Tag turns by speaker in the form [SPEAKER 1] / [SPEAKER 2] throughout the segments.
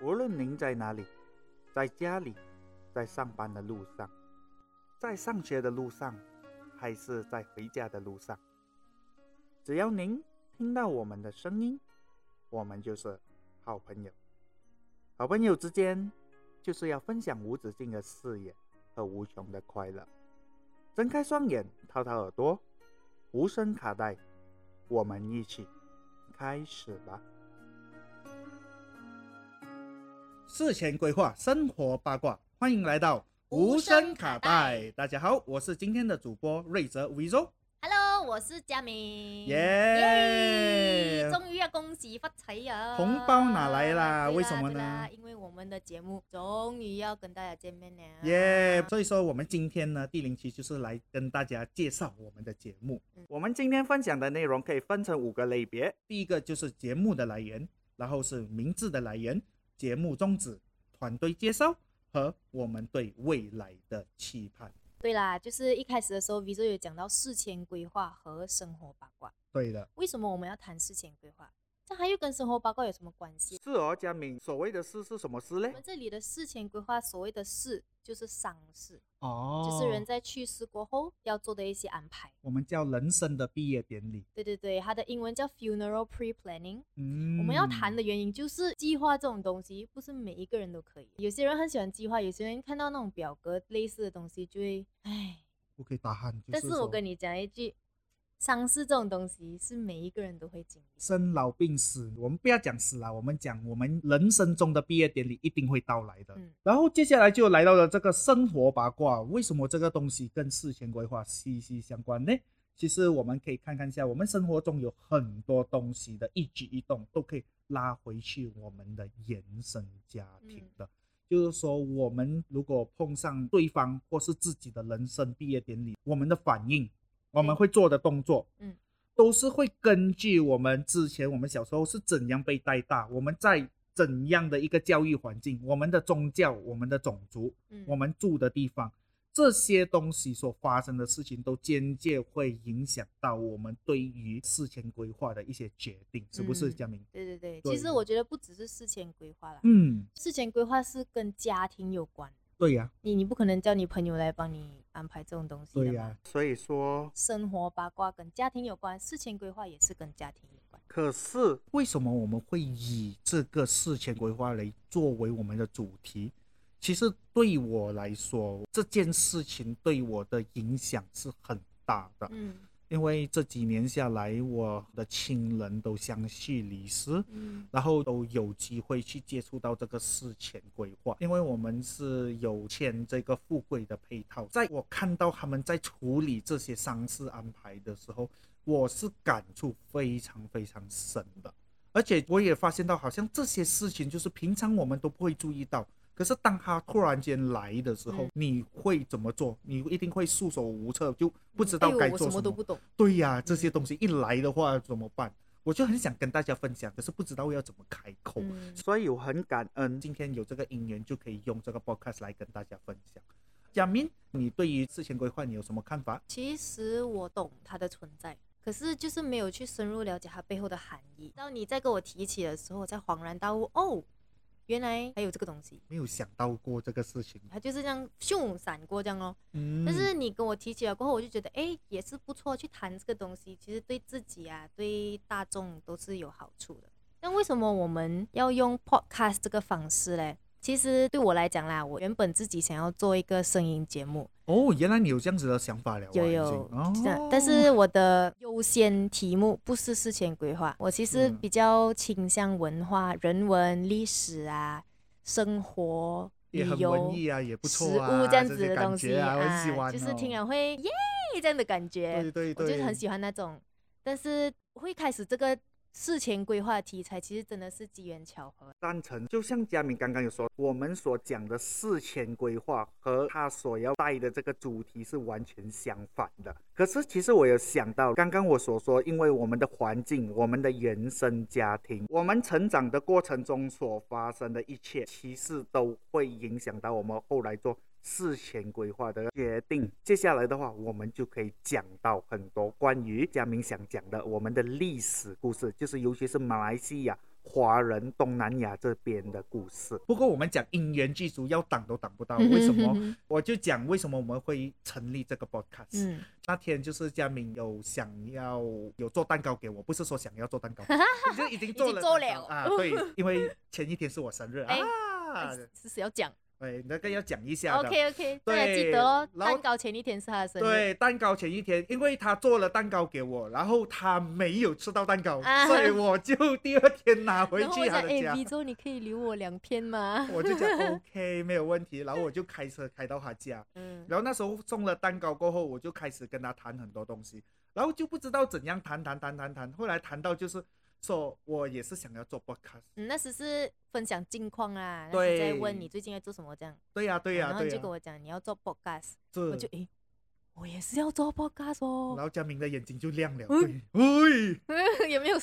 [SPEAKER 1] 无论您在哪里，在家里，在上班的路上，在上学的路上，还是在回家的路上，只要您听到我们的声音，我们就是好朋友。好朋友之间就是要分享无止境的视野和无穷的快乐。睁开双眼，掏掏耳朵，无声卡带，我们一起开始吧。事前规划，生活八卦，欢迎来到无声卡带。大家好，我是今天的主播瑞泽维州。
[SPEAKER 2] Hello，我是佳明。
[SPEAKER 1] 耶
[SPEAKER 2] 耶终于要恭喜发财呀！
[SPEAKER 1] 红包拿来啦
[SPEAKER 2] 对
[SPEAKER 1] 为什么
[SPEAKER 2] 对
[SPEAKER 1] 呢
[SPEAKER 2] 因为我们的节目终于要跟大家见面了。
[SPEAKER 1] 啊耶所以说我们今天呢，第零期就是来跟大家介绍我们的节目。
[SPEAKER 2] 嗯
[SPEAKER 1] 我们今天分享的内容可以分成五个类别，第一个就是节目的来源，然后是名字的来源、节目宗旨、团队介绍和我们对未来的期盼。
[SPEAKER 2] 对啦，就是一开始的时候 v i s o 有讲到事前规划和生活八卦。
[SPEAKER 1] 对的，
[SPEAKER 2] 为什么我们要谈事前规划？这还又跟生活八卦有什么关系？
[SPEAKER 1] 是哦，佳敏，所谓的事是什么事
[SPEAKER 2] 我
[SPEAKER 1] 嘞
[SPEAKER 2] 们？这里的事前规划，所谓的事就是丧事，
[SPEAKER 1] 哦
[SPEAKER 2] 就是人在去世过后要做的一些安排。
[SPEAKER 1] 我们叫人生的毕业典礼。
[SPEAKER 2] 对对对，它的英文叫 funeral pre-planning。
[SPEAKER 1] 嗯
[SPEAKER 2] 我们要谈的原因就是计划这种东西，不是每一个人都可以。有些人很喜欢计划，有些人看到那种表格类似的东西就会唉。
[SPEAKER 1] 不可以打鼾，就
[SPEAKER 2] 但是我跟
[SPEAKER 1] 你
[SPEAKER 2] 你讲一句，丧事这种东西是每一个人都会经历。
[SPEAKER 1] 生老病死，我们不要讲死了，我们讲我们人生中的毕业典礼一定会到来的。
[SPEAKER 2] 嗯
[SPEAKER 1] 然后接下来就来到了这个生活八卦，为什么这个东西跟事前规划息息相关呢？其实我们可以看看一下，我们生活中有很多东西的一举一动都可以拉回去我们的原生家庭的。就是说，我们如果碰上对方或是自己的人生毕业典礼，我们的反应，我们会做的动作，
[SPEAKER 2] 嗯，
[SPEAKER 1] 都是会根据我们之前我们小时候是怎样被带大，我们在怎样的一个教育环境，我们的宗教、我们的种族、
[SPEAKER 2] 嗯，
[SPEAKER 1] 我们住的地方，这些东西所发生的事情，都间接会影响到我们对于事前规划的一些决定，是不是，
[SPEAKER 2] 嗯
[SPEAKER 1] 佳明？
[SPEAKER 2] 对对对，
[SPEAKER 1] 对
[SPEAKER 2] 其实我觉得不只是事前规划啦，
[SPEAKER 1] 嗯，
[SPEAKER 2] 事前规划是跟家庭有关。
[SPEAKER 1] 对呀、
[SPEAKER 2] 你你不可能叫你朋友来帮你安排这种东西
[SPEAKER 1] 对
[SPEAKER 2] 的
[SPEAKER 1] 呀、
[SPEAKER 2] 嘛。
[SPEAKER 3] 所以说，
[SPEAKER 2] 生活八卦跟家庭有关，事前规划也是跟家庭有关。
[SPEAKER 1] 啊
[SPEAKER 3] 可是
[SPEAKER 1] 为什么我们会以这个事前规划来作为我们的主题？其实对我来说，这件事情对我的影响是很大的，
[SPEAKER 2] 嗯
[SPEAKER 1] 因为这几年下来，我的亲人都相继离世，
[SPEAKER 2] 嗯
[SPEAKER 1] 然后都有机会去接触到这个事前规划，因为我们是有签这个富贵的配套。在我看到他们在处理这些丧事安排的时候，我是感触非常非常深的，而且我也发现到，好像这些事情就是平常我们都不会注意到。可是当他突然间来的时候，
[SPEAKER 2] 嗯
[SPEAKER 1] 你会怎么做？你一定会束手无策，就不知道
[SPEAKER 2] 哎呦
[SPEAKER 1] 该
[SPEAKER 2] 我
[SPEAKER 1] 做
[SPEAKER 2] 什么都不懂。
[SPEAKER 1] 对呀、这些东西一来的话怎么办？我就很想跟大家分享，可是不知道要怎么开口。
[SPEAKER 2] 嗯
[SPEAKER 3] 所以我很感恩，
[SPEAKER 1] 今天有这个因缘，就可以用这个 podcast 来跟大家分享。亚明，你对于事前规划你有什么看法？
[SPEAKER 2] 其实我懂它的存在，可是就是没有去深入了解它背后的含义。当你再跟我提起的时候，我才恍然大悟，哦，原来还有这个东西，
[SPEAKER 1] 没有想到过这个事情，
[SPEAKER 2] 它就是这样咻闪过这样咯。
[SPEAKER 1] 嗯，
[SPEAKER 2] 但是你跟我提起了过后，我就觉得，哎，也是不错，去谈这个东西，其实对自己啊，对大众都是有好处的。但为什么我们要用 podcast 这个方式嘞？其实对我来讲啦，我原本自己想要做一个声音节目，
[SPEAKER 1] 哦，原来你有这样子的想法了啊，
[SPEAKER 2] 有
[SPEAKER 1] 已经
[SPEAKER 2] 有，这样
[SPEAKER 1] 哦，
[SPEAKER 2] 但是我的优先题目不是事前规划，我其实
[SPEAKER 1] 嗯
[SPEAKER 2] 比较倾向文化、人文、历史啊、生活、旅
[SPEAKER 1] 也很
[SPEAKER 2] 游
[SPEAKER 1] 文、艺啊，也不
[SPEAKER 2] 食
[SPEAKER 1] 错
[SPEAKER 2] 物
[SPEAKER 1] 啊，
[SPEAKER 2] 这样
[SPEAKER 1] 些
[SPEAKER 2] 子的
[SPEAKER 1] 感
[SPEAKER 2] 东西哎
[SPEAKER 1] 觉啊，我很喜欢、哦，
[SPEAKER 2] 就是听了会耶这样的感
[SPEAKER 1] 对
[SPEAKER 2] 觉，
[SPEAKER 1] 对
[SPEAKER 2] 我
[SPEAKER 1] 对，
[SPEAKER 2] 就是很喜欢那种。但是会开始这个事前规划题材，其实真的是机缘巧合。
[SPEAKER 3] 赞成。就像佳明刚刚有说，我们所讲的事前规划和他所要带的这个主题是完全相反的。可是其实我有想到，刚刚我所说，因为我们的环境、我们的原生家庭、我们成长的过程中所发生的一切，其实都会影响到我们后来做。事前规划的决定，接下来的话，我们就可以讲到很多关于佳明想讲的我们的历史故事，就是尤其是马来西亚华人东南亚这边的故事。
[SPEAKER 1] 不过我们讲因缘具足，要挡都挡不到。
[SPEAKER 2] 嗯
[SPEAKER 1] 啊为什
[SPEAKER 2] 哼
[SPEAKER 1] 么？
[SPEAKER 2] 哼
[SPEAKER 1] 我就讲为什么我们会成立这个 podcast。
[SPEAKER 2] 嗯，
[SPEAKER 1] 那天就是佳敏有想要有做蛋糕给我，不是说想要做蛋 糕，就已经做了
[SPEAKER 2] 已经做
[SPEAKER 1] 蛋糕
[SPEAKER 2] 了
[SPEAKER 1] 啊。对，因为前一天是我生日
[SPEAKER 2] 哎
[SPEAKER 1] 啊，
[SPEAKER 2] 是是要讲
[SPEAKER 1] 对，那个要讲一下的。
[SPEAKER 2] ，OK OK，大家
[SPEAKER 1] 对
[SPEAKER 2] 记得哦，
[SPEAKER 1] 然后
[SPEAKER 2] 蛋糕前一天是他的生日，
[SPEAKER 1] 对，蛋糕前一天，因为他做了蛋糕给我，然后他没有吃到蛋糕，
[SPEAKER 2] 啊
[SPEAKER 1] 所以我就第二天拿回
[SPEAKER 2] 然后我
[SPEAKER 1] 去他
[SPEAKER 2] 讲，
[SPEAKER 1] 的
[SPEAKER 2] 哎
[SPEAKER 1] 家。
[SPEAKER 2] v 周，你可以留我两片吗？
[SPEAKER 1] 我就讲 OK 没有问题，然后我就开车开到他家，
[SPEAKER 2] 嗯，
[SPEAKER 1] 然后那时候送了蛋糕过后，我就开始跟他谈很多东西，然后就不知道怎样谈谈谈谈谈，后来谈到就是说我也是想要做 podcast，
[SPEAKER 2] 嗯那时是分享近况啊，那时在
[SPEAKER 1] 对
[SPEAKER 2] 问你最近在做什么这样，
[SPEAKER 1] 对呀、对呀、嗯
[SPEAKER 2] 然后
[SPEAKER 1] 对
[SPEAKER 2] 你就
[SPEAKER 1] 呀、
[SPEAKER 2] 跟我讲你要做 podcast，我
[SPEAKER 1] 是
[SPEAKER 2] 就，诶，我也是要做 podcast
[SPEAKER 1] 然
[SPEAKER 2] 哦，
[SPEAKER 1] 后佳明的眼睛就亮了，
[SPEAKER 2] 嗯
[SPEAKER 1] 对，喂，
[SPEAKER 2] 有没有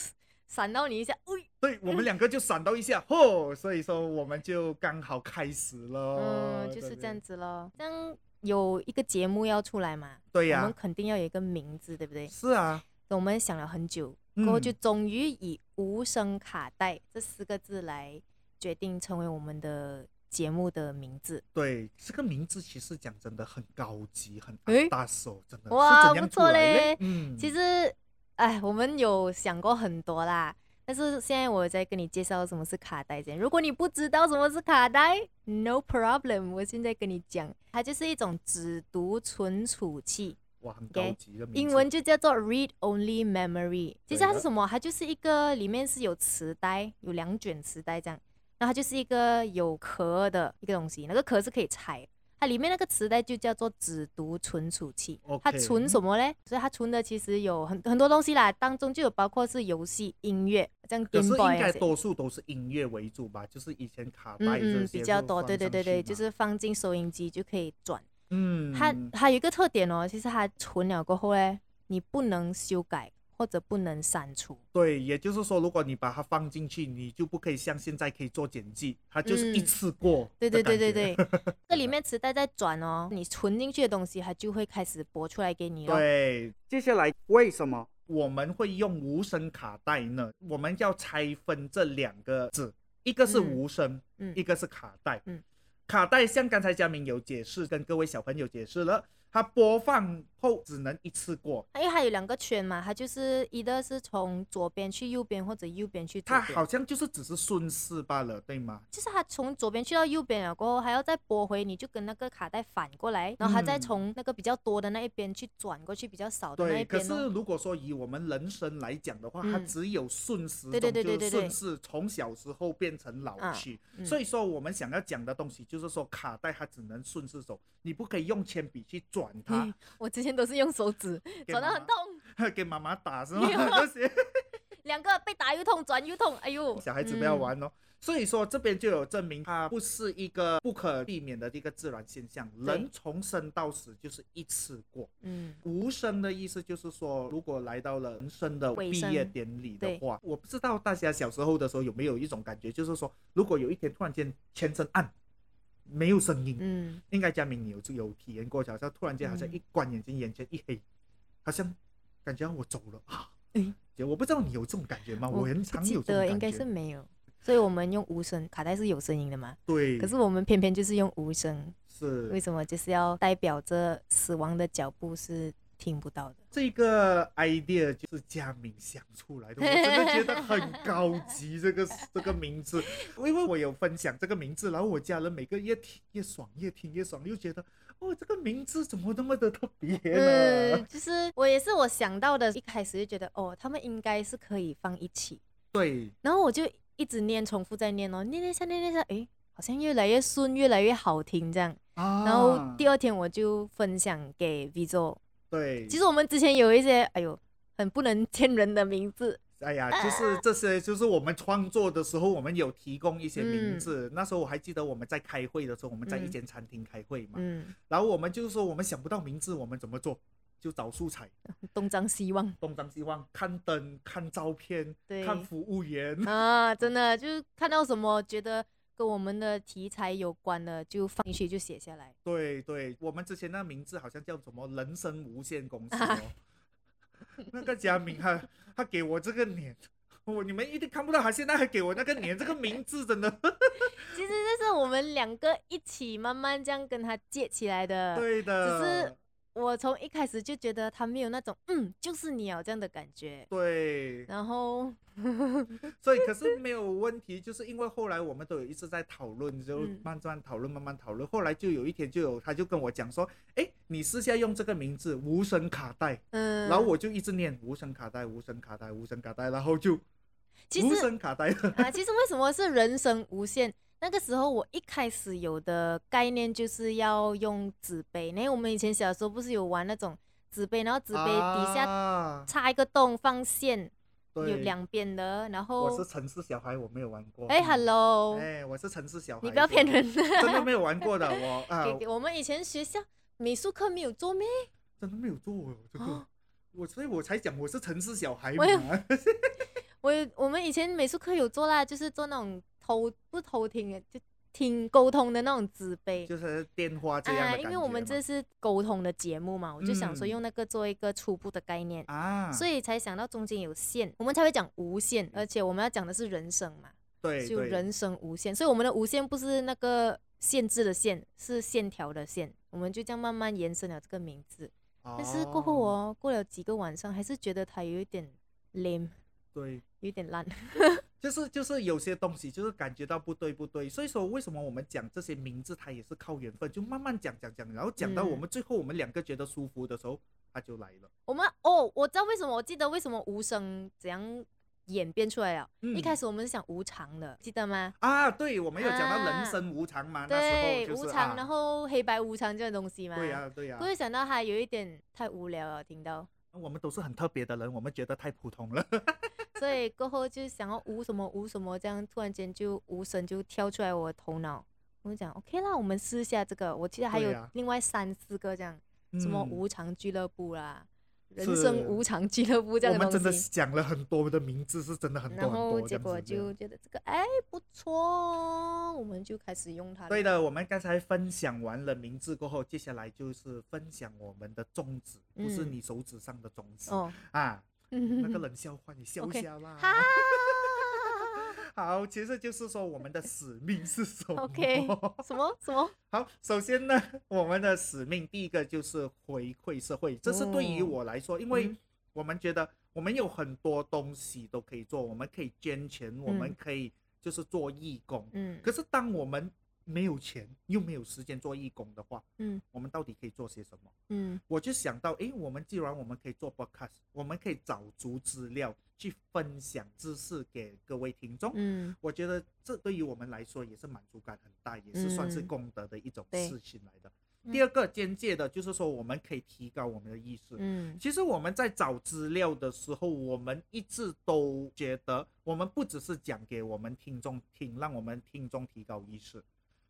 [SPEAKER 2] 闪到你一下？哎喂，
[SPEAKER 1] 对我们
[SPEAKER 2] 嗯
[SPEAKER 1] 两个就闪到一下，嚯，所以说我们就刚好开始了，
[SPEAKER 2] 嗯，
[SPEAKER 1] 哦
[SPEAKER 2] 就
[SPEAKER 1] 对
[SPEAKER 2] 是
[SPEAKER 1] 不
[SPEAKER 2] 这样
[SPEAKER 1] 对，
[SPEAKER 2] 子咯。这样有一个节目要出来嘛，
[SPEAKER 1] 对
[SPEAKER 2] 我
[SPEAKER 1] 呀、
[SPEAKER 2] 们肯定要有一个名字，对不对？
[SPEAKER 1] 是啊，
[SPEAKER 2] 我们想了很久，过后
[SPEAKER 1] 嗯
[SPEAKER 2] 就终于以“无声卡带”这四个字来决定成为我们的节目的名字。
[SPEAKER 1] 对，这个名字其实讲真的很高级，很
[SPEAKER 2] 诶
[SPEAKER 1] 大手，真的
[SPEAKER 2] 哇
[SPEAKER 1] 是怎样
[SPEAKER 2] 不
[SPEAKER 1] 出
[SPEAKER 2] 错
[SPEAKER 1] 来嘞
[SPEAKER 2] 嘞？
[SPEAKER 1] 嗯，
[SPEAKER 2] 其实，哎，我们有想过很多啦，但是现在我在跟你介绍什么是卡带先。如果你不知道什么是卡带，no problem，我现在跟你讲，它就是一种只读存储器。
[SPEAKER 1] 哇，很高
[SPEAKER 2] OK，
[SPEAKER 1] 级的名字，
[SPEAKER 2] 英文就叫做 read only memory。其实它
[SPEAKER 1] 对
[SPEAKER 2] 是
[SPEAKER 1] 的
[SPEAKER 2] 什么？它就是一个里面是有磁带，有两卷磁带这样，然后它就是一个有壳的一个东西，那个壳是可以拆的。它里面那个磁带就叫做只读存储器
[SPEAKER 1] OK
[SPEAKER 2] 它存什么嘞？所以它存的其实有很很多东西啦，当中就有包括是游戏、音乐，像
[SPEAKER 1] 可是
[SPEAKER 2] Game
[SPEAKER 1] 应
[SPEAKER 2] Boy
[SPEAKER 1] 该
[SPEAKER 2] 啊这些，
[SPEAKER 1] 多数都是音乐为主吧，就是以前卡带
[SPEAKER 2] 嗯
[SPEAKER 1] 这
[SPEAKER 2] 嗯
[SPEAKER 1] 些
[SPEAKER 2] 比较
[SPEAKER 1] 就
[SPEAKER 2] 多，
[SPEAKER 1] 放
[SPEAKER 2] 对对对
[SPEAKER 1] 上去
[SPEAKER 2] 对，
[SPEAKER 1] 嘛
[SPEAKER 2] 就是放进收音机就可以转。
[SPEAKER 1] 嗯，
[SPEAKER 2] 它它有一个特点哦，其实它存了过后呢，你不能修改或者不能删除。
[SPEAKER 1] 对，也就是说，如果你把它放进去，你就不可以像现在可以做剪辑，它就是一
[SPEAKER 2] 嗯
[SPEAKER 1] 次过、
[SPEAKER 2] 对对对对，对， 这里
[SPEAKER 1] 的
[SPEAKER 2] 面磁带在转哦，你存进去的东西它就会开始播出来给你哦。
[SPEAKER 1] 对，
[SPEAKER 3] 接下来为什么？
[SPEAKER 1] 我们会用无声卡带呢？我们要拆分这两个字，一个是
[SPEAKER 2] 嗯
[SPEAKER 1] 无声，
[SPEAKER 2] 嗯
[SPEAKER 1] 一个是卡带。
[SPEAKER 2] 嗯，
[SPEAKER 1] 卡带像刚才佳明有解释，跟各位小朋友解释了，它播放后只能一次过，
[SPEAKER 2] 因为它有两个圈嘛，它就是一个是从左边去右边或者右边去左
[SPEAKER 1] 它
[SPEAKER 2] 边
[SPEAKER 1] 好，像就是只是顺势罢了，对吗？
[SPEAKER 2] 就是它从左边去到右边了过后，还要再拨回，你就跟那个卡带反过来，然后它再
[SPEAKER 1] 嗯
[SPEAKER 2] 从那个比较多的那一边去转过去比较少的那
[SPEAKER 1] 对，
[SPEAKER 2] 一
[SPEAKER 1] 可
[SPEAKER 2] 边
[SPEAKER 1] 是
[SPEAKER 2] 哦。
[SPEAKER 1] 如果说以我们人生来讲的话，它
[SPEAKER 2] 嗯
[SPEAKER 1] 只有顺时钟，
[SPEAKER 2] 对对对对
[SPEAKER 1] 就是
[SPEAKER 2] 对对
[SPEAKER 1] 顺势从小时候变成老
[SPEAKER 2] 啊
[SPEAKER 1] 去。
[SPEAKER 2] 嗯
[SPEAKER 1] 所以说，我们想要讲的东西就是说，卡带它只能顺势走，你不可以用铅笔去转它
[SPEAKER 2] 嗯， 我之前都是用手指
[SPEAKER 1] 给
[SPEAKER 2] 转的
[SPEAKER 1] 妈
[SPEAKER 2] 很
[SPEAKER 1] 妈
[SPEAKER 2] 痛，
[SPEAKER 1] 给妈妈打是吗？
[SPEAKER 2] 没有
[SPEAKER 1] 这 些
[SPEAKER 2] 两个被打又痛，转又痛，哎呦！
[SPEAKER 1] 小孩子不要
[SPEAKER 2] 嗯
[SPEAKER 1] 玩哦。所以说，这边就有证明，它不是一个不可避免的一个自然现象。人
[SPEAKER 2] 对
[SPEAKER 1] 从生到死就是一次过。
[SPEAKER 2] 嗯
[SPEAKER 1] 无声的意思就是说，如果来到了人生的
[SPEAKER 2] 尾
[SPEAKER 1] 毕
[SPEAKER 2] 声
[SPEAKER 1] 业典礼的
[SPEAKER 2] 对
[SPEAKER 1] 话，我不知道大家小时候的时候有没有一种感觉，就是说，如果有一天突然间全身暗，没有声音，
[SPEAKER 2] 嗯，
[SPEAKER 1] 应该佳明你有有体验过，好像突然间好像
[SPEAKER 2] 嗯
[SPEAKER 1] 一关眼睛，眼前一黑，好像感觉我走了啊
[SPEAKER 2] 诶。
[SPEAKER 1] 我不知道你有这种感觉吗？啊我很
[SPEAKER 2] 嗯不
[SPEAKER 1] 常
[SPEAKER 2] 记
[SPEAKER 1] 有这种感
[SPEAKER 2] 得
[SPEAKER 1] 觉，
[SPEAKER 2] 应该是没有，所以我们用无声卡带是有声音的嘛，
[SPEAKER 1] 对，
[SPEAKER 2] 可是我们偏偏就是用无声，
[SPEAKER 1] 是
[SPEAKER 2] 为什么？就是要代表着死亡的脚步是听不到的。
[SPEAKER 1] 这个 idea 就是佳明想出来的，我真的觉得很高级。这 个这个名字，因为我有分享这个名字，然后我家人每个越听越爽，越听越爽，又觉得哦，这个名字怎么那么的特别呢？
[SPEAKER 2] 嗯，就是我也是我想到的，一开始就觉得哦，他们应该是可以放一起，
[SPEAKER 1] 对，
[SPEAKER 2] 然后我就一直念，重复在念哦，念念下，念念下，诶，好像越来越顺，越来越好听这样。
[SPEAKER 1] 啊，
[SPEAKER 2] 然后第二天我就分享给 Vizo，
[SPEAKER 1] 对，
[SPEAKER 2] 其实我们之前有一些，哎呦，很不能见人的名字，
[SPEAKER 1] 哎呀，
[SPEAKER 2] 啊
[SPEAKER 1] 就是这些，就是我们创作的时候，我们有提供一些名字。那时候我还记得我们在开会的时候，我们在一
[SPEAKER 2] 嗯
[SPEAKER 1] 间餐厅开会嘛，
[SPEAKER 2] 嗯，
[SPEAKER 1] 然后我们就是说我们想不到名字，我们怎么做？就找素材，
[SPEAKER 2] 嗯东张西望。
[SPEAKER 1] 东张西望，看灯，看照片，
[SPEAKER 2] 对
[SPEAKER 1] 看服务员。
[SPEAKER 2] 啊，真的就是看到什么觉得跟我们的题材有关的，就放进去就写下来。
[SPEAKER 1] 对对，我们之前那名字好像叫什么“人 生无限公司”哦。那个佳明他他给我这个脸， 我你们一定看不到，他现在还给我那个粘这个名字，真的。
[SPEAKER 2] 其实这是我们两个一起慢慢这样跟他接起来的。
[SPEAKER 1] 对的，
[SPEAKER 2] 只是我从一开始就觉得他没有那种嗯就是你哦这样的感觉，
[SPEAKER 1] 对，
[SPEAKER 2] 然后
[SPEAKER 1] 所以可是没有问题，就是因为后来我们都有一直在讨论，就
[SPEAKER 2] 嗯
[SPEAKER 1] 慢慢讨论，慢慢讨论。后来就有一天就有他就跟我讲说，哎，你试下用这个名字无声卡带，
[SPEAKER 2] 嗯，
[SPEAKER 1] 然后我就一直念无声卡带，无声卡带，无声卡带，然后就
[SPEAKER 2] 其
[SPEAKER 1] 无
[SPEAKER 2] 实
[SPEAKER 1] 声卡带了。
[SPEAKER 2] 啊，其实为什么是人生无限？那个时候我一开始有的概念就是要用纸杯，因为我们以前小时候不是有玩那种纸杯，然后纸杯底下
[SPEAKER 1] 啊、
[SPEAKER 2] 插一个洞放线，有
[SPEAKER 1] 对
[SPEAKER 2] 两边的，然后
[SPEAKER 1] 我是城市小孩，我没有玩过。
[SPEAKER 2] 哎，hello，
[SPEAKER 1] 哎，我是城市小孩，
[SPEAKER 2] 你不要骗人，
[SPEAKER 1] 真的没有玩过的，我啊，
[SPEAKER 2] 给给我们以前学校美术课没有做咩？
[SPEAKER 1] 真的没有做哦，这个
[SPEAKER 2] 啊，
[SPEAKER 1] 我所以我才讲我是城市小孩嘛
[SPEAKER 2] 我也。我有我们以前美术课有做啦，就是做那种偷不偷听的，就听沟通的那种纸杯。
[SPEAKER 1] 就是电话这样的
[SPEAKER 2] 啊，
[SPEAKER 1] 感觉
[SPEAKER 2] 因
[SPEAKER 1] 嘛。
[SPEAKER 2] 为我们这是沟通的节目嘛，我就想说
[SPEAKER 1] 嗯
[SPEAKER 2] 用那个做一个初步的概念，
[SPEAKER 1] 啊，
[SPEAKER 2] 所
[SPEAKER 1] 以
[SPEAKER 2] 以才想到中间有线，我们才会讲无限，而且我们要讲的是人生嘛，
[SPEAKER 1] 对
[SPEAKER 2] 就
[SPEAKER 1] 对
[SPEAKER 2] 人生无限，所以我们的无限不是那个限制的限，是线条的线，我们就这样慢慢延伸了这个名字。但是过后
[SPEAKER 1] 哦，
[SPEAKER 2] 哦，过了几个晚上，还是觉得它有一点 lame，
[SPEAKER 1] 对，
[SPEAKER 2] 有一点烂。
[SPEAKER 1] 就是就是有些东西就是感觉到不对不对，所以说为什么我们讲这些名字，它也是靠缘分，就慢慢讲讲讲，然后讲到
[SPEAKER 2] 嗯
[SPEAKER 1] 我们最后我们两个觉得舒服的时候，它就来了。
[SPEAKER 2] 我们哦，我知道为什么，我记得为什么无声怎样演变出来了。
[SPEAKER 1] 嗯
[SPEAKER 2] 一开始我们是讲无常的，记得吗？
[SPEAKER 1] 啊，对，我们有讲到
[SPEAKER 2] 啊
[SPEAKER 1] 人生无常嘛，那
[SPEAKER 2] 对，
[SPEAKER 1] 时候就是
[SPEAKER 2] 无常，
[SPEAKER 1] 啊
[SPEAKER 2] 然后黑白无常这种东西嘛。
[SPEAKER 1] 对呀对呀
[SPEAKER 2] 不，会想到它有一点太无聊了，听到，
[SPEAKER 1] 我们都是很特别的人，我们觉得太普通了。
[SPEAKER 2] 所以过后就想要无什么无什么，这样突然间就无声就跳出来我的头脑。我就讲 OK 啦，我们试一下这个。我记得还
[SPEAKER 1] 对
[SPEAKER 2] 有
[SPEAKER 1] 呀
[SPEAKER 2] 另外三四个这样，什么
[SPEAKER 1] 嗯
[SPEAKER 2] 无常俱乐部啦，人
[SPEAKER 1] 是
[SPEAKER 2] 生无常俱乐部这样
[SPEAKER 1] 我们
[SPEAKER 2] 的
[SPEAKER 1] 真
[SPEAKER 2] 东
[SPEAKER 1] 的
[SPEAKER 2] 西。
[SPEAKER 1] 讲了很多的名字，是真的很多
[SPEAKER 2] 然
[SPEAKER 1] 很多
[SPEAKER 2] 后
[SPEAKER 1] 这
[SPEAKER 2] 结
[SPEAKER 1] 样子
[SPEAKER 2] 果
[SPEAKER 1] 这样
[SPEAKER 2] 就觉得这个哎不错哦，我们就开始用它了。
[SPEAKER 1] 对的，我们刚才分享完了名字过后，接下来就是分享我们的宗旨，不是
[SPEAKER 2] 嗯
[SPEAKER 1] 你手指上的宗旨、
[SPEAKER 2] 哦，
[SPEAKER 1] 啊。那
[SPEAKER 2] 那
[SPEAKER 1] 个冷笑话，你笑一
[SPEAKER 2] OK
[SPEAKER 1] 下啦。
[SPEAKER 2] 哈
[SPEAKER 1] 好，其实就是说我们的使命是什么
[SPEAKER 2] OK 什么什么
[SPEAKER 1] 好，首先呢，我们的使命第一个就是回馈社会，这是对于
[SPEAKER 2] 哦
[SPEAKER 1] 我来说，因为
[SPEAKER 2] 嗯
[SPEAKER 1] 我们觉得我们有很多东西都可以做，我们可以捐钱，我们
[SPEAKER 2] 嗯
[SPEAKER 1] 可以就是做义工，
[SPEAKER 2] 嗯
[SPEAKER 1] 可是当我们没有钱又没有时间做义工的话，
[SPEAKER 2] 嗯
[SPEAKER 1] 我们到底可以做些什么？
[SPEAKER 2] 嗯
[SPEAKER 1] 我就想到，诶，我们既然我们可以做 podcast，我们可以找足资料去分享知识给各位听众。
[SPEAKER 2] 嗯
[SPEAKER 1] 我觉得这对于我们来说也是满足感很大，也是算是
[SPEAKER 2] 嗯
[SPEAKER 1] 功德的一种
[SPEAKER 2] 对
[SPEAKER 1] 事情来的。
[SPEAKER 2] 嗯
[SPEAKER 1] 第二个间接的就是说，我们可以提高我们的意识。
[SPEAKER 2] 嗯
[SPEAKER 1] 其实我们在找资料的时候，我们一直都觉得，我们不只是讲给我们听众听，让我们听众提高意识，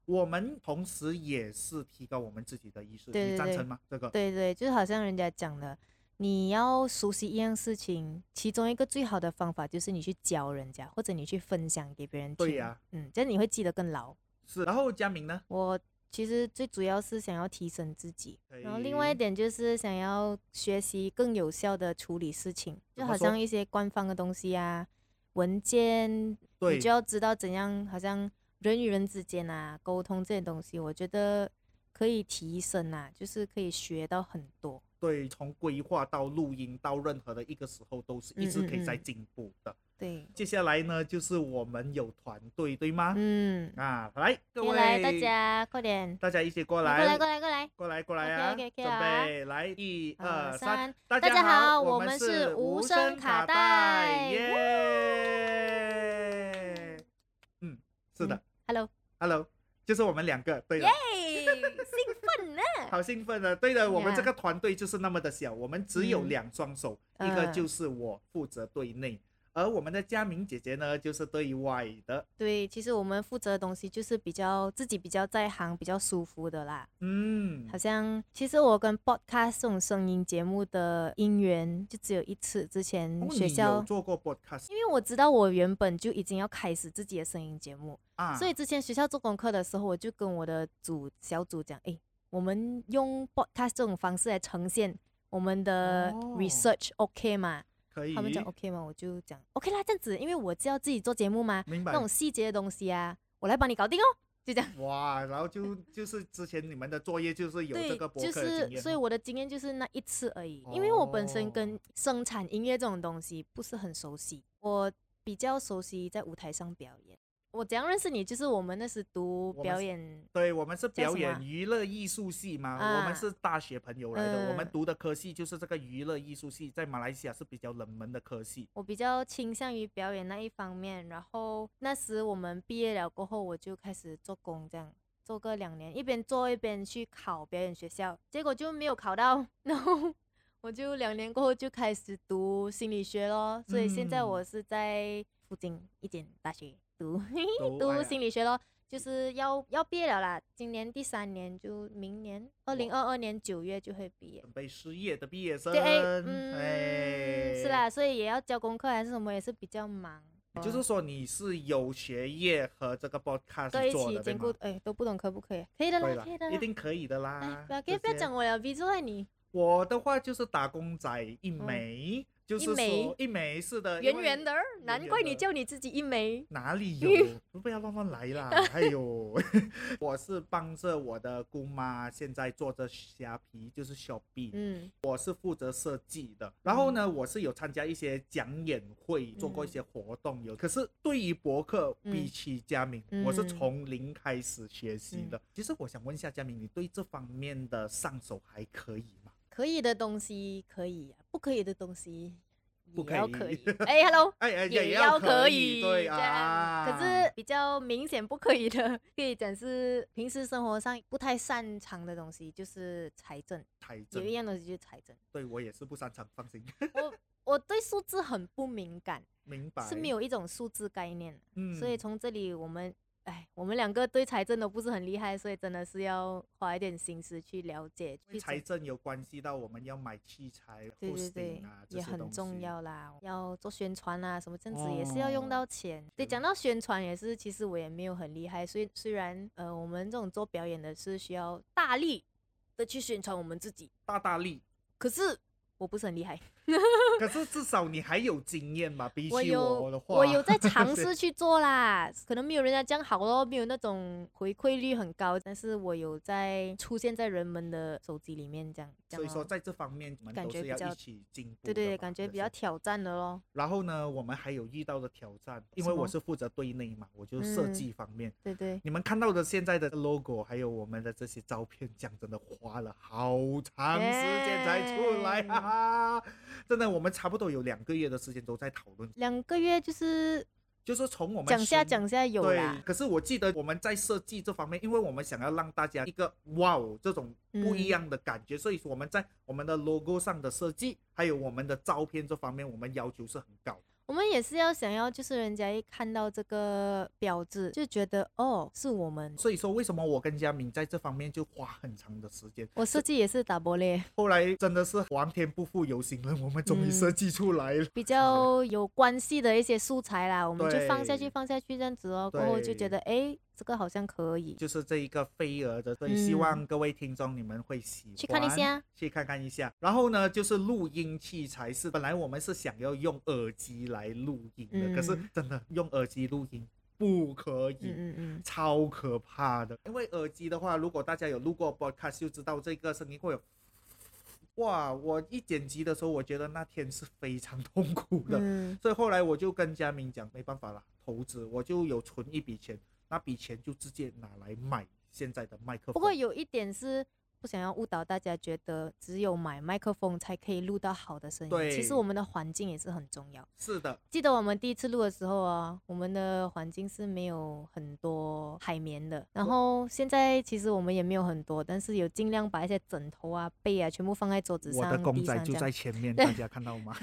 [SPEAKER 1] 我们同时也是提高我们自己的意识。
[SPEAKER 2] 对
[SPEAKER 1] 你
[SPEAKER 2] 对
[SPEAKER 1] 赞
[SPEAKER 2] 对
[SPEAKER 1] 成吗？这个
[SPEAKER 2] 对对，就是好像人家讲的，你要熟悉一样事情，其中一个最好的方法就是你去教人家，或者你去分享给别人听。
[SPEAKER 1] 对呀
[SPEAKER 2] 嗯，这样你会记得更牢。
[SPEAKER 1] 是。然后佳明呢？
[SPEAKER 2] 我其实最主要是想要提升自己，然后另
[SPEAKER 1] 可
[SPEAKER 2] 外
[SPEAKER 1] 以
[SPEAKER 2] 一点就是想要学习更有效的处理事情，
[SPEAKER 1] 怎
[SPEAKER 2] 就
[SPEAKER 1] 么
[SPEAKER 2] 好
[SPEAKER 1] 说
[SPEAKER 2] 像一些官方的东西啊、文件，
[SPEAKER 1] 对
[SPEAKER 2] 你就要知道怎样，好像人与人之间啊沟通这些东西，我觉得可以提升啊，就是可以学到很多。
[SPEAKER 1] 对，从规划到录音到任何的一个时候，都是一直
[SPEAKER 2] 嗯嗯
[SPEAKER 1] 可以在
[SPEAKER 2] 嗯
[SPEAKER 1] 进步的。
[SPEAKER 2] 对，
[SPEAKER 1] 接下来呢，就是我们有团队，对吗？
[SPEAKER 2] 嗯，
[SPEAKER 1] 啊，来，各
[SPEAKER 2] 过
[SPEAKER 1] 位，
[SPEAKER 2] 来大，家快点，哎
[SPEAKER 1] 大家一起过
[SPEAKER 2] 过
[SPEAKER 1] 来，
[SPEAKER 2] 来过来过来。
[SPEAKER 1] 过来，过来啊
[SPEAKER 2] OK，OK，OK
[SPEAKER 1] 准
[SPEAKER 2] 啊
[SPEAKER 1] 备，来，一
[SPEAKER 2] 二
[SPEAKER 1] 二三
[SPEAKER 2] 三，
[SPEAKER 1] 大
[SPEAKER 2] 大家
[SPEAKER 1] 好，
[SPEAKER 2] 好
[SPEAKER 1] 我
[SPEAKER 2] 我
[SPEAKER 1] 们
[SPEAKER 2] 们是
[SPEAKER 1] 无
[SPEAKER 2] 无
[SPEAKER 1] 声
[SPEAKER 2] 声
[SPEAKER 1] 卡
[SPEAKER 2] 卡
[SPEAKER 1] 带，
[SPEAKER 2] 带
[SPEAKER 1] 耶！嗯，是的
[SPEAKER 2] 嗯，Hello，
[SPEAKER 1] ，Hello，就是我们两个，对的，
[SPEAKER 2] 嘿，兴奋呢、
[SPEAKER 1] 好哎兴奋啊！对的，我们这
[SPEAKER 2] Yeah
[SPEAKER 1] 个团队就是那么的小，我们只有
[SPEAKER 2] 嗯
[SPEAKER 1] 两双手，一个
[SPEAKER 2] 嗯
[SPEAKER 1] 就是我负责对内，而我们的佳明姐姐呢，就是对外的。
[SPEAKER 2] 对，其实我们负责的东西就是比较自己比较在行、比较舒服的啦。
[SPEAKER 1] 嗯
[SPEAKER 2] 好，像其实我跟 podcast 这种声音节目的姻缘就只有一次，之前
[SPEAKER 1] 哦
[SPEAKER 2] 学
[SPEAKER 1] 你有
[SPEAKER 2] 校，
[SPEAKER 1] 做过 podcast
[SPEAKER 2] 因为我知道我原本就已经要开始自己的声音节目，
[SPEAKER 1] 啊？
[SPEAKER 2] 所以之前学校做功课的时候，我就跟我的组小组讲，诶，我们用 podcast 这种方式来呈现我们的
[SPEAKER 1] 哦
[SPEAKER 2] research，OK、吗？
[SPEAKER 1] 可以
[SPEAKER 2] 他们讲 OK 吗？我就讲 OK 啦，这样子，因为我知道自己做节目嘛，
[SPEAKER 1] 明白
[SPEAKER 2] 那种细节的东西啊，我来帮你搞定哦，就这样。
[SPEAKER 1] 哇，然后就就是之前你们的作业就是有这
[SPEAKER 2] 对
[SPEAKER 1] 个，博
[SPEAKER 2] 就
[SPEAKER 1] 客的经
[SPEAKER 2] 是
[SPEAKER 1] 验，哦
[SPEAKER 2] 所以我的经验就是那一次而已，因为我本身跟生产音乐这种东西不是很熟悉，我比较熟悉在舞台上表演。我怎样认识你？就是我们那时读
[SPEAKER 1] 我们
[SPEAKER 2] 表
[SPEAKER 1] 是
[SPEAKER 2] 演，
[SPEAKER 1] 对我们是
[SPEAKER 2] 叫
[SPEAKER 1] 表
[SPEAKER 2] 什
[SPEAKER 1] 演
[SPEAKER 2] 么
[SPEAKER 1] 娱乐艺术系嘛，我
[SPEAKER 2] 啊
[SPEAKER 1] 们是大学朋友来的，我们
[SPEAKER 2] 嗯
[SPEAKER 1] 读的科系就是这个娱乐艺术系，在马来西亚是比较冷门的科系。
[SPEAKER 2] 我比较倾向于表演那一方面。然后那时我们毕业了过后，我就开始做工，这样做个两年，一边做一边去考表演学校，结果就没有考到， 然后我就两年过后就开始读心理学咯。所以现在
[SPEAKER 1] 嗯
[SPEAKER 2] 我是在附近一间大学 读
[SPEAKER 1] 读哎
[SPEAKER 2] 读
[SPEAKER 1] 呀
[SPEAKER 2] 心理学咯。就是要要毕业了啦，今年第三年就明年二零二二年九月就会毕业。
[SPEAKER 1] 准备失业的毕业生，
[SPEAKER 2] 对，哎，
[SPEAKER 1] 哎
[SPEAKER 2] 嗯，是啦，所以也要交功课还是什么，也是比较忙。
[SPEAKER 1] 也就是说你是有学业和这个 podcast
[SPEAKER 2] 在一
[SPEAKER 1] 做
[SPEAKER 2] 起
[SPEAKER 1] 的，对
[SPEAKER 2] 兼
[SPEAKER 1] 吗
[SPEAKER 2] 顾？，哎，都不懂可不可以？可以的
[SPEAKER 1] 对
[SPEAKER 2] 啦，
[SPEAKER 1] 啦
[SPEAKER 2] 可以的，啦。
[SPEAKER 1] 一定啊可以的
[SPEAKER 2] 哎，
[SPEAKER 1] 啦。
[SPEAKER 2] 不要
[SPEAKER 1] 这
[SPEAKER 2] 不要
[SPEAKER 1] 些
[SPEAKER 2] 讲我了，比住爱你。
[SPEAKER 1] 我的话就是打工仔一枚，就是
[SPEAKER 2] 嗯一枚
[SPEAKER 1] 说一枚是的，呃因
[SPEAKER 2] 圆
[SPEAKER 1] 为
[SPEAKER 2] 圆的儿，
[SPEAKER 1] 圆
[SPEAKER 2] 难
[SPEAKER 1] 圆
[SPEAKER 2] 怪
[SPEAKER 1] 的
[SPEAKER 2] 你叫你自己一枚。
[SPEAKER 1] 哪里有？不要乱乱来啦！ 哎呦，我是帮着我的姑妈，现在做着虾皮，就是小 B，、
[SPEAKER 2] 嗯，
[SPEAKER 1] 我是负责设计的。然后呢，我是有参加一些讲演会，做过一
[SPEAKER 2] 嗯
[SPEAKER 1] 些活动，有。可是对于博客，
[SPEAKER 2] 嗯
[SPEAKER 1] 比起佳明，我是
[SPEAKER 2] 嗯
[SPEAKER 1] 从零开始学习的。其实我想问一下佳明，你对这方面的上手还可以吗？
[SPEAKER 2] 可以的东西可以啊，不可以的东西
[SPEAKER 1] 不
[SPEAKER 2] 也要
[SPEAKER 1] 可
[SPEAKER 2] 可
[SPEAKER 1] 以
[SPEAKER 2] 以。 哎，hello。
[SPEAKER 1] 哎哎，
[SPEAKER 2] 也
[SPEAKER 1] 要
[SPEAKER 2] 可
[SPEAKER 1] 以，对
[SPEAKER 2] 这样
[SPEAKER 1] 啊。
[SPEAKER 2] 可是比较明显不可以的，可以讲是平时生活上不太擅长的东西，就是财政，
[SPEAKER 1] 财
[SPEAKER 2] 有一
[SPEAKER 1] 政，
[SPEAKER 2] 样东西就是财政。
[SPEAKER 1] 对我也是不擅长，放心，
[SPEAKER 2] 我我对数字很不敏感，
[SPEAKER 1] 明白。
[SPEAKER 2] 是没有一种数字概念，
[SPEAKER 1] 嗯
[SPEAKER 2] 所以从这里我们，哎，我们两个对财政都不是很厉害，所以真的是要花一点心思去了解，
[SPEAKER 1] 因为
[SPEAKER 2] 去
[SPEAKER 1] 财
[SPEAKER 2] 整
[SPEAKER 1] 政有关系到我们要买器材、
[SPEAKER 2] 对对
[SPEAKER 1] hosting
[SPEAKER 2] 对
[SPEAKER 1] 啊，，这
[SPEAKER 2] 也
[SPEAKER 1] 些东
[SPEAKER 2] 很
[SPEAKER 1] 西
[SPEAKER 2] 重。要啦，要做宣传啊，什么这样子也是要用到钱。对，
[SPEAKER 1] 哦是
[SPEAKER 2] 讲到宣传也是，其实我也没有很厉害，所以虽然呃，我们这种做表演的是需要大力的去宣传我们自己，
[SPEAKER 1] 大大力，
[SPEAKER 2] 可是我不是很厉害。
[SPEAKER 1] 可是至少你还有经验嘛，比
[SPEAKER 2] 我
[SPEAKER 1] 起
[SPEAKER 2] 有
[SPEAKER 1] 的话，
[SPEAKER 2] 我有在尝 试去做啦，可能没有人家这样好咯，没有那种回馈率很高，但是我有在出现在人们的手机里面这样。这
[SPEAKER 1] 所
[SPEAKER 2] 样
[SPEAKER 1] 以说
[SPEAKER 2] 咯
[SPEAKER 1] 在这方面，我们
[SPEAKER 2] 哦感
[SPEAKER 1] 都
[SPEAKER 2] 觉
[SPEAKER 1] 是
[SPEAKER 2] 比
[SPEAKER 1] 要
[SPEAKER 2] 较
[SPEAKER 1] 一起进步的嘛。
[SPEAKER 2] 对对对，感觉
[SPEAKER 1] 这
[SPEAKER 2] 比较
[SPEAKER 1] 些。
[SPEAKER 2] 挑战的咯。
[SPEAKER 1] 然后呢，我们还有遇到的挑战，因为
[SPEAKER 2] 什么嗯
[SPEAKER 1] 我是负责对内嘛，我就设计方面。
[SPEAKER 2] 对对，
[SPEAKER 1] 你们看到的现在的 logo，还有我们的这些照片，讲真的，花了好长时间才出来，
[SPEAKER 2] 耶
[SPEAKER 1] 哈
[SPEAKER 2] 哎
[SPEAKER 1] 哈！真的，我们差不多有两个月的时间都在讨论，
[SPEAKER 2] 两个月就是
[SPEAKER 1] 就是从我们
[SPEAKER 2] 讲下
[SPEAKER 1] 选
[SPEAKER 2] 讲下有
[SPEAKER 1] 对
[SPEAKER 2] 啦，，
[SPEAKER 1] 可是我记得我们在设计这方面，因为我们想要让大家一个哇哦这种不一样的感觉，所以说我们在我们的 logo 上的设计，还有我们的照片这方面，我们要求是很高。
[SPEAKER 2] 我们也是要想要，就是人家一看到这个标志就觉得哦是我们。
[SPEAKER 1] 所以说为什么我跟佳明在这方面就花很长的时间，
[SPEAKER 2] 我设计也是打玻 璃，
[SPEAKER 1] 后来真的是皇天不负有心人，我们终于
[SPEAKER 2] 嗯
[SPEAKER 1] 设计出来了。
[SPEAKER 2] 比较有关系的一些素材啦，我们就放下
[SPEAKER 1] 对
[SPEAKER 2] 去放下去这样子哦，过后就觉得诶，这个好像可以。
[SPEAKER 1] 就是这一个飞蛾的，所以
[SPEAKER 2] 嗯
[SPEAKER 1] 希望各位听众你们会喜欢，
[SPEAKER 2] 去看一下，
[SPEAKER 1] 去看看一下。然后呢，就是录音器材是本来我们是想要用耳机来录音的，
[SPEAKER 2] 嗯
[SPEAKER 1] 可是真的用耳机录音不可以。
[SPEAKER 2] 嗯嗯嗯，
[SPEAKER 1] 超可怕的，因为耳机的话，如果大家有录过 podcast 就知道这个声音会有，哇！我一剪辑的时候，我觉得那天是非常痛苦的，
[SPEAKER 2] 嗯，
[SPEAKER 1] 所以后来我就跟佳明讲，没办法啦，投资我就有存一笔钱，那笔钱就直接拿来买现在的麦克风。
[SPEAKER 2] 不过有一点是不想要误导大家，觉得只有买麦克风才可以录到好的声
[SPEAKER 1] 对
[SPEAKER 2] 音。其实我们的环境也是很重要。
[SPEAKER 1] 是的，
[SPEAKER 2] 记得我们第一次录的时候啊，我们的环境是没有很多海绵的，然后现在其实我们也没有很多，但是有尽量把一些枕头啊、被啊全部放在桌子
[SPEAKER 1] 我
[SPEAKER 2] 上、
[SPEAKER 1] 的公
[SPEAKER 2] 地
[SPEAKER 1] 仔
[SPEAKER 2] 上
[SPEAKER 1] 就
[SPEAKER 2] 这
[SPEAKER 1] 在
[SPEAKER 2] 样。
[SPEAKER 1] 前 面，大家看到吗？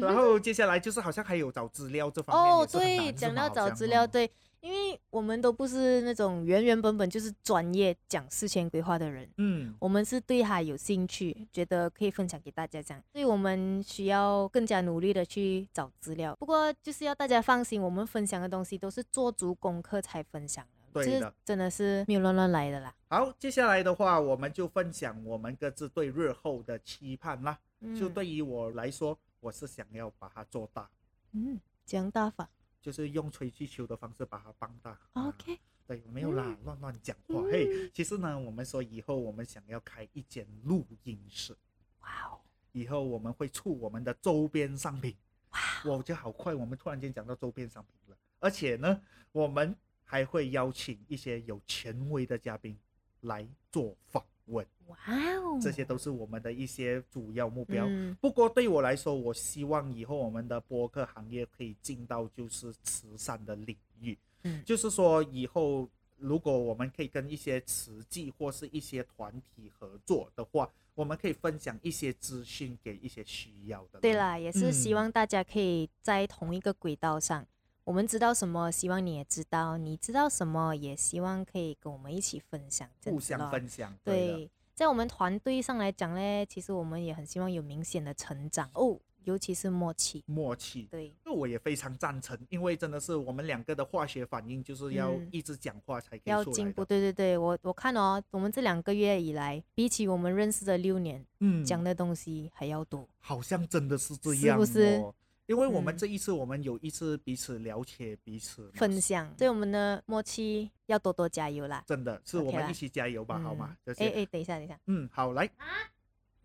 [SPEAKER 1] 然后接下来就是好像还有找资料这方面
[SPEAKER 2] 哦
[SPEAKER 1] 也，是很难
[SPEAKER 2] 对，讲到找资，
[SPEAKER 1] 是吗好
[SPEAKER 2] 料，
[SPEAKER 1] 像哦
[SPEAKER 2] 对，因为我们都不是那种原原本本就是专业讲事前规划的人，
[SPEAKER 1] 嗯，
[SPEAKER 2] 我们是对它有兴趣，觉得可以分享给大家这样，所以我们需要更加努力的去找资料。不过就是要大家放心，我们分享的东西都是做足功课才分享的，
[SPEAKER 1] 对
[SPEAKER 2] 这
[SPEAKER 1] 的
[SPEAKER 2] 真的是没有乱乱来的啦。
[SPEAKER 1] 好，接下来的话，我们就分享我们各自对日后的期盼啦。
[SPEAKER 2] 嗯
[SPEAKER 1] 就对于我来说，我是想要把它做大，
[SPEAKER 2] 嗯，讲大法
[SPEAKER 1] 就是用吹气球的方式把它放大。啊
[SPEAKER 2] 哦，OK，
[SPEAKER 1] 对，没有
[SPEAKER 2] 嗯
[SPEAKER 1] 啦，乱乱讲话。嘿，其实呢，我们说以后我们想要开一间录音室，
[SPEAKER 2] 哇哦，
[SPEAKER 1] 以后我们会出我们的周边商品。哇，我觉得好快，我们突然间讲到周边商品了。而且呢，我们还会邀请一些有权威的嘉宾来做访问，
[SPEAKER 2] 哇哦，
[SPEAKER 1] 这些都是我们的一些主要目标。
[SPEAKER 2] 嗯
[SPEAKER 1] 不过对我来说，我希望以后我们的播客行业可以进到就是慈善的领域，
[SPEAKER 2] 嗯
[SPEAKER 1] 就是说以后如果我们可以跟一些慈济或是一些团体合作的话，我们可以分享一些资讯给一些需要的人。
[SPEAKER 2] 对啦，也是希
[SPEAKER 1] 嗯
[SPEAKER 2] 望大家可以在同一个轨道上。我们知道什么，希望你也知道；你知道什么，也希望可以跟我们一起分享，这样
[SPEAKER 1] 互
[SPEAKER 2] 子
[SPEAKER 1] 相
[SPEAKER 2] 咯
[SPEAKER 1] 分享。的
[SPEAKER 2] 对，在我们团队上来讲呢，其实我们也很希望有明显的成长哦，尤其是默契。
[SPEAKER 1] 默契。
[SPEAKER 2] 对，
[SPEAKER 1] 那我也非常赞成，因为真的是我们两个的化学反应就是要
[SPEAKER 2] 嗯
[SPEAKER 1] 一直讲话才可以出来
[SPEAKER 2] 要
[SPEAKER 1] 的
[SPEAKER 2] 进步。对对对，我我看哦，我们这两个月以来，比起我们认识的六年，
[SPEAKER 1] 嗯，
[SPEAKER 2] 讲的东西还要多。
[SPEAKER 1] 好像真的是这
[SPEAKER 2] 是不
[SPEAKER 1] 样、哦，
[SPEAKER 2] 是
[SPEAKER 1] 因为我们
[SPEAKER 2] 嗯
[SPEAKER 1] 这一次，我们有一次彼此了解彼此嘛
[SPEAKER 2] 分，享，所以我们的默契要多多加油啦。
[SPEAKER 1] 真的是
[SPEAKER 2] OK
[SPEAKER 1] 我们
[SPEAKER 2] 啦
[SPEAKER 1] 一起加油吧，好吗？这
[SPEAKER 2] 嗯
[SPEAKER 1] 些，
[SPEAKER 2] 哎哎，等一下，等一下，
[SPEAKER 1] 嗯，好，来，
[SPEAKER 2] 啊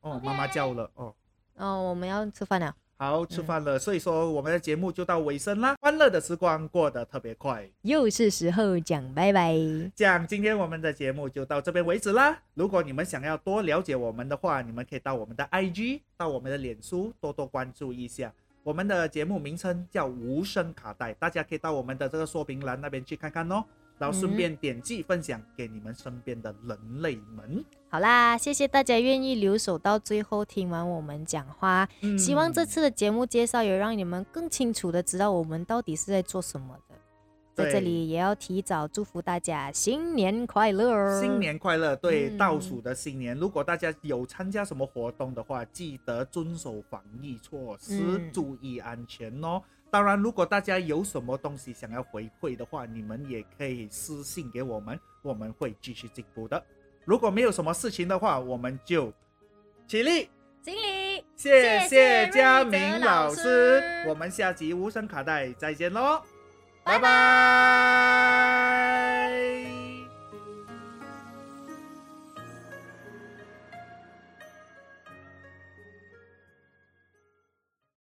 [SPEAKER 1] 哦，妈妈叫了，哦，
[SPEAKER 2] 哦，我们要吃饭了。
[SPEAKER 1] 好，吃饭
[SPEAKER 2] 嗯
[SPEAKER 1] 了，所以说我们的节目就到尾声啦。欢乐的时光过得特别快，
[SPEAKER 2] 又是时候讲拜拜。
[SPEAKER 1] 这样今天我们的节目就到这边为止啦。如果你们想要多了解我们的话，你们可以到我们的 IG，到我们的脸书多多关注一下。我们的节目名称叫无声卡带，大家可以到我们的这个说明栏那边去看看哦。然后顺
[SPEAKER 2] 嗯
[SPEAKER 1] 便点击分享给你们身边的人类们。
[SPEAKER 2] 好啦，谢谢大家愿意留守到最后听完我们讲话。
[SPEAKER 1] 嗯
[SPEAKER 2] 希望这次的节目介绍有让你们更清楚的知道我们到底是在做什么的。在这
[SPEAKER 1] 对
[SPEAKER 2] 里也要提早祝福大家新年快乐，
[SPEAKER 1] 新年快乐！对，
[SPEAKER 2] 嗯
[SPEAKER 1] 倒数的新年，如果大家有参加什么活动的话，记得遵守防疫措施，
[SPEAKER 2] 嗯
[SPEAKER 1] 注意安全哦。当然，如果大家有什么东西想要回馈的话，你们也可以私信给我们，我们会继续进步的。如果没有什么事情的话，我们就起立。
[SPEAKER 2] 行礼，
[SPEAKER 1] 谢
[SPEAKER 2] 谢
[SPEAKER 1] 谢
[SPEAKER 2] 谢
[SPEAKER 1] 佳
[SPEAKER 2] 瑞泽
[SPEAKER 1] 明
[SPEAKER 2] 老
[SPEAKER 1] 老师
[SPEAKER 2] 师，
[SPEAKER 1] 我们下集无声卡带再见喽，拜
[SPEAKER 2] 拜
[SPEAKER 1] 拜